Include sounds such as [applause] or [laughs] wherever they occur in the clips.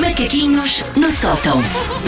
Macaquinhos no sótão.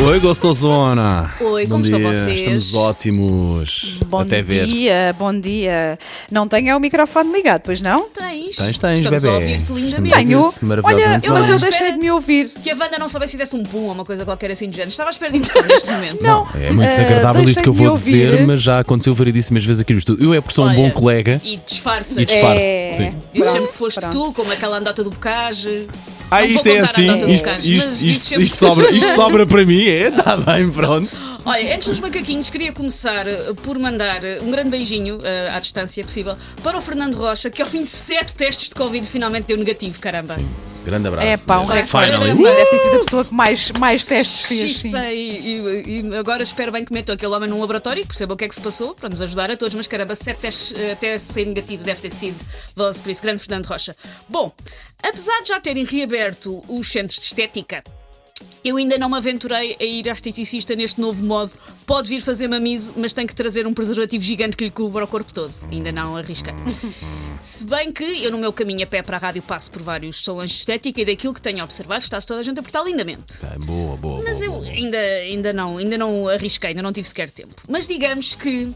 Oi, gostosona! Oi, Bom como estão dia. vocês? Estamos ótimos. Bom Até ver. dia, bom dia. Não tenho o microfone ligado, pois não? Tens? Tens, tens, Estamos bebê. a ouvir-te Estamos lindamente. a ouvir-te Tenho. Olha, maravilhosamente mas bem. eu Espera. deixei de me ouvir. Que a Wanda não soubesse se desse um pum ou uma coisa qualquer assim de género. Estava à espera de impressão neste momento. Não. É muito Eh, desagradável isto que eu deixei de vou me dizer, ouvir. mas já aconteceu variedíssimas vezes aqui no estúdio. Eu é porque sou um Olha, bom colega E disfarça. e disfarce. É. Sim. Dizes sempre Pronto, que foste pronto. tu, como aquela andota do bocage. Ah, Não vou isto é contar a assim, nota do isto, Lucas, isto- mas isto- é diz sempre- isto sobra, isto sobra para mim, é? Está bem, pronto. Olha, antes dos macaquinhos, queria começar eh, por mandar eh, um grande beijinho, eh, à distância possível, para o Fernando Rocha, que ao fim de sete testes de Covid finalmente deu negativo, caramba. Grande abraço. É pá, um Olha, recorde. finally. Sim, Deve ter sido a pessoa que mais, mais testes fez. sim. Xisa, e, e- e agora espero bem que metam aquele homem num laboratório e perceba o que é que se passou para nos ajudar a todos, mas caramba, sete testes eh, até ser negativo deve ter sido dose, por isso, grande Fernando Rocha. Bom, apesar de já terem reaberto os centros de estética. Eu ainda não me aventurei a ir à esteticista neste novo modo. Pode vir fazer mamise, mas tem que trazer um preservativo gigante que lhe cubra o corpo todo. Ainda não [laughs] arrisquei. Se bem que eu, no meu caminho a pé para a rádio, passo por vários salões de estética e daquilo que tenho observado, está-se toda a gente a portar lindamente. Ah, Boa, boa, Mas boa, eu é boa. ainda, ainda, não, ainda não arrisquei, ainda não tive sequer tempo. Mas digamos que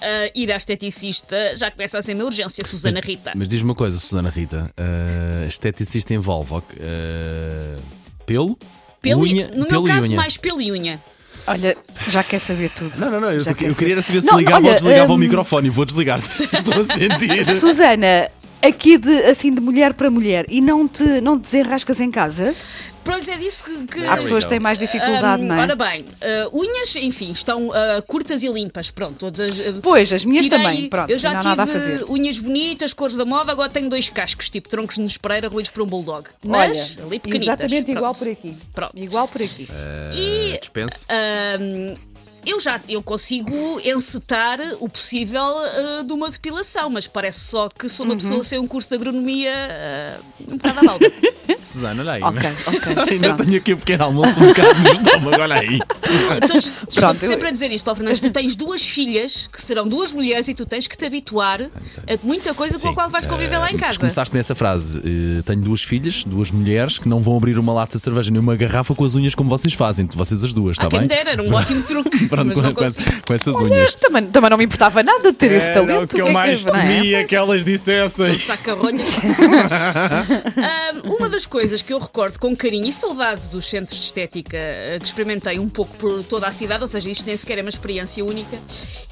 ah, ir à esteticista já começa a ser uma urgência, Susana Rita. Mas diz-me uma coisa, Susana Rita. eh, esteticista envolve ok, eh, pelo, Pelo- unha, no meu pelo e caso, unha. mais pelo e unha. Olha, já quer saber tudo. Não, não, não. Eu, Já eu quer queria era saber se Não, ligava ou olha, desligava o hum, microfone. Vou desligar. [laughs] Estou a sentir. Susana, aqui de, assim, de mulher para mulher, e não te, não te desenrascas em casa? Pois é disso que. que- Há então. pessoas que têm mais dificuldade, Ahm, não é? Hum, Ora bem, ah, unhas, enfim, estão ah, curtas e limpas, pronto. Todas, ah, Pois, as minhas tirei- também, pronto, Eu já não há tive nada a fazer. unhas bonitas, cores da moda, agora tenho dois cascos, tipo troncos de Nespreira, roídos para um bulldog. Mas, Olha, ali pequenitas. Exatamente igual pronto. por aqui. Pronto. Igual por aqui. É, Eh, E eh, Dispense. Ahm, eu já eu consigo encetar o possível ah, de uma depilação, mas parece só que sou uma pessoa sem um curso de agronomia ah, um bocado à balda. Susana, olha aí. Ok, [laughs] ok. Ainda pronto. tenho aqui o pequeno almoço um bocado no estômago, olha aí. Então, estou Pronto, eu- sempre a dizer isto, Paulo Fernandes, tu tens duas filhas, que serão duas mulheres, e tu tens que te habituar a muita coisa com a qual vais conviver lá em Mas casa. começaste nessa frase. eh, tenho duas filhas, duas mulheres, que não vão abrir uma lata de cerveja nem uma garrafa com as unhas como vocês fazem. Vocês as duas, está Há quem tá bem? me dera, era um ótimo truque, Pronto, mas com, não com consigo. essa- com essas Mas unhas. também, também não me importava nada de ter esse talento. Era o que eu é mais não é? temia que elas dissessem. Sacarronha. Ahm, uma das coisas que eu recordo com carinho e saudades dos centros de estética eh, que experimentei um pouco por toda a cidade, ou seja, isto nem sequer é uma experiência única,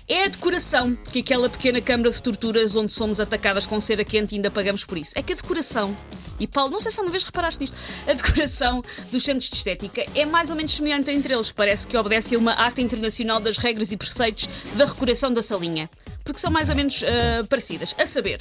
é a decoração, que é aquela pequena câmara de torturas onde somos atacadas com cera quente e ainda pagamos por isso. É que a decoração, e Paulo, não sei se alguma vez reparaste nisto, a decoração dos centros de estética é mais ou menos semelhante entre eles. Parece que obedece a uma ata internacional das regras e preceitos da decoração da salinha. Porque são mais ou menos eh, parecidas. A saber,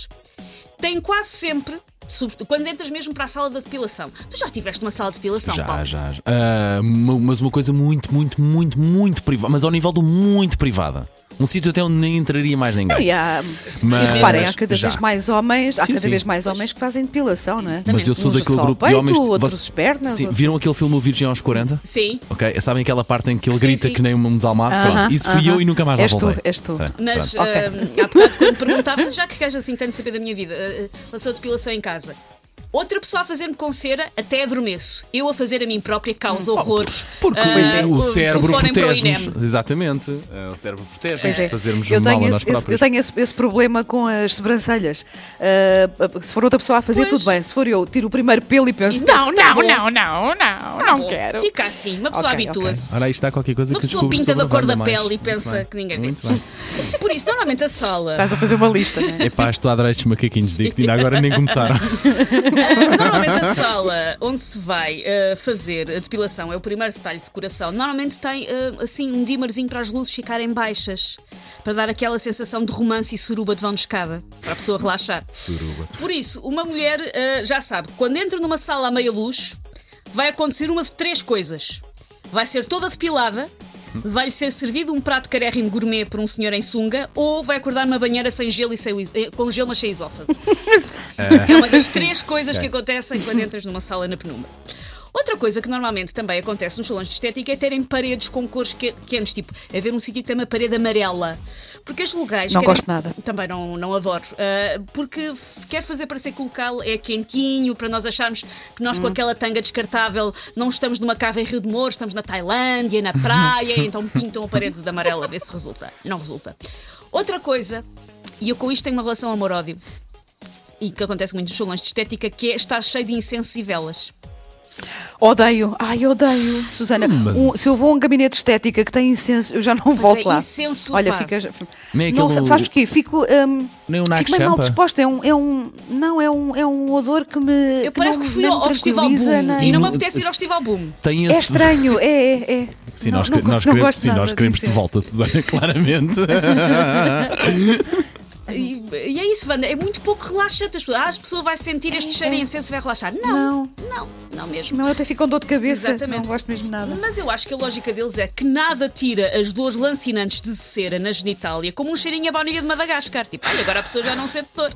tem quase sempre, sobretudo quando entras mesmo para a sala da depilação. Tu já tiveste uma sala de depilação, Já, Paulo? já. já. Ah, ma- mas uma coisa muito, muito, muito, muito privada. Mas ao nível do muito privada. Um sítio até onde nem entraria mais ninguém. E há, Mas- reparem, há cada já. vez mais homens, há Sim, cada sim. vez mais homens que fazem depilação, não é? Mas eu sou Uns daquele só o grupo de peito, homens. que- outros vocês- as pernas, Sim, outros- viram aquele filme O Virgem aos 40? Sim. Ok, sabem aquela parte em que ele Sim, grita sim. que nem um desalmado? Pronto, Aham, Isso fui eu aham. e nunca mais lá És tu, voltei. és tu. Sim, Mas pronto. ah, há bocado quando perguntavas, já que queres assim tanto saber da minha vida, ah, ah, a sua depilação em casa. Outra pessoa a fazer-me com cera até adormeço. Eu a fazer a mim própria causa Hum. horrores. Porque Ah, é, é. o cérebro telefonem para o protege-nos. INEM. Exatamente. Ah, O cérebro protege-nos Pois é. de fazermos um eu mal tenho, a nós esse, esse- eu próprios. tenho esse, esse problema com as sobrancelhas. Ah, se for outra pessoa a fazer, Pois. tudo bem. Se for eu, tiro o primeiro pelo e penso: E penso, não, tá não, bom. não, não, não, não Bom, quero. Fica assim, uma pessoa Ok, ok. habitua-se. Ora, aí está qualquer coisa Uma que pessoa descubro pinta sobre da a cor da Wanda mais. pele e Muito pensa bem. que ninguém vê. Muito bem. Por isso, normalmente a sala. Estás a fazer uma lista, não é? Epá, estou a dar estes macaquinhos, digo ainda agora nem começaram. [laughs] Normalmente a sala onde se vai eh, fazer a depilação é o primeiro detalhe de decoração. Normalmente tem eh, assim um dimmerzinho para as luzes ficarem baixas, para dar aquela sensação de romance e suruba de vão de escada, para a pessoa relaxar. Suruba. Por isso, uma mulher eh, já sabe, quando entra numa sala à meia luz, vai acontecer uma de três coisas. Vai ser toda depilada, vai-lhe ser servido um prato carérrimo gourmet por um senhor em sunga, ou vai acordar numa banheira sem gelo e sem, is- eh, com gelo mas sem esófago. É uma das três coisas que acontecem quando entras numa sala na penumbra. Outra coisa que normalmente também acontece nos salões de estética é terem paredes com cores que- quentes, tipo haver um sítio que tem uma parede amarela. Porque os lugares. Não querem- gosto nada. Também não, não adoro. Ah, porque f- quer fazer parecer que o local é quentinho, para nós acharmos que Hum. nós com aquela tanga descartável não estamos numa cava em Rio de Mouros, estamos na Tailândia, na [laughs] praia, então pintam a parede de amarelo a ver se resulta. Não resulta. Outra coisa, e eu com isto tenho uma relação amor-ódio, e que acontece muito nos salões de estética, que é estar cheio de incensos e velas. Odeio, ai, odeio, Susana. Hum, mas- Um- se eu vou a um gabinete de estética que tem incenso, eu já não volto é, lá. incenso, Olha, pá. fica. Nem não, aquele- um sabes o quê? Fico. hum, Nem o Nike Fico bem mal Champa? disposta, é um, é um. Não, é um, é um odor que me. Eu parece não que me- fui não me ao, ao Festival Boom tranquiliza, e nem- não me Não- apetece ir ao Festival Boom. Tem É esse- estranho, é, é, é. Sim, Não- nós, não, que- nós não queremos, gosto sim, nada nós de queremos de incenso. volta, Susana, [laughs] claramente. E, e é isso, Wanda, é muito pouco relaxante. As pessoas, ah, as pessoas vai sentir este cheiro e incenso vai relaxar. Não, não, não, mesmo. Não, eu até fico com dor de cabeça. Exatamente. Não gosto mesmo nada. Mas eu acho que a lógica deles é que nada tira as dores lancinantes de cera na genitália como um cheirinho à baunilha de Madagascar. Tipo, olha, agora a pessoa já não sente dor.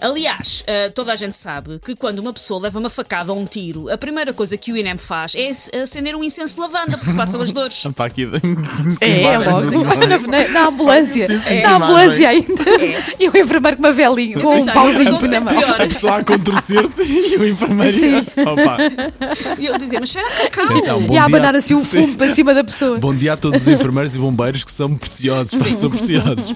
Aliás, ah, toda a gente sabe que quando uma pessoa leva uma facada ou um tiro, a primeira coisa que o INEM faz é ac- acender um incenso de lavanda, porque passam [laughs] as dores. Pá, aqui- um É, é assim, logo. [laughs] Na, na- na ambulância. Sim, sim, na que ambulância ainda. É. E o enfermeiro com uma velinha, com um Vocês sabem, mas pauzinho não na sempre mão. pior. A pessoa a contorcer-se [laughs] e o enfermeiro. Opa, E eu dizer, mas cheira a cacau. Atenção, bom e a dia. abanar assim o fumo para cima da pessoa. Bom dia a todos os enfermeiros e bombeiros que são preciosos, pá, são [laughs] preciosos.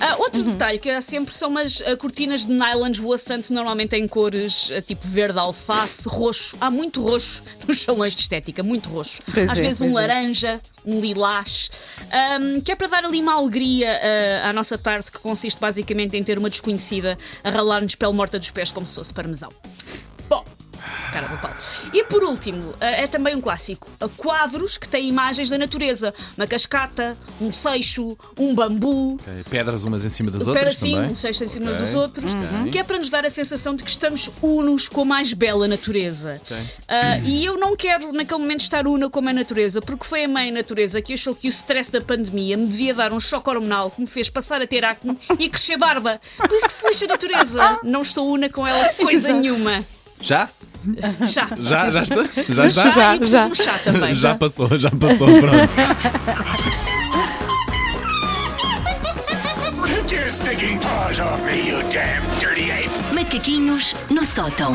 Ah, outro detalhe que há sempre são umas ah, cortinas de nylon voaçante, normalmente em cores ah, tipo verde alface, roxo. Há muito roxo [laughs] nos salões de estética, muito roxo. Pois Às é, vezes um pois é. laranja, um lilás. Ahm, que é para dar ali uma alegria ah, à nossa tarde, que consiste basicamente em ter uma desconhecida a ralar-nos pele morta dos pés como se fosse parmesão. Bom. Cara do pau. E por último, ah, é também um clássico. Ah, Quadros que têm imagens da natureza. Uma cascata, um seixo, um bambu. Eh, Pedras umas em cima das Pera outras assim, também. um sexto em cima Ok, dos outros, ok. que é para nos dar a sensação de que estamos unos com a mais bela natureza. Ah, e eu não quero, naquele momento, estar una com a mãe natureza, porque foi a mãe natureza que achou que o stress da pandemia me devia dar um choque hormonal que me fez passar a ter acne e crescer barba. Por isso que se lixa a natureza. Não estou una com ela coisa Exato. nenhuma. Já? Já. Já, já está? [laughs] Já Mas está? já, Já, e preciso já. me chá também. Já passou, já passou, pronto. Take your stinking paws off me, you damn dirty ape! Macaquinhos no sótão.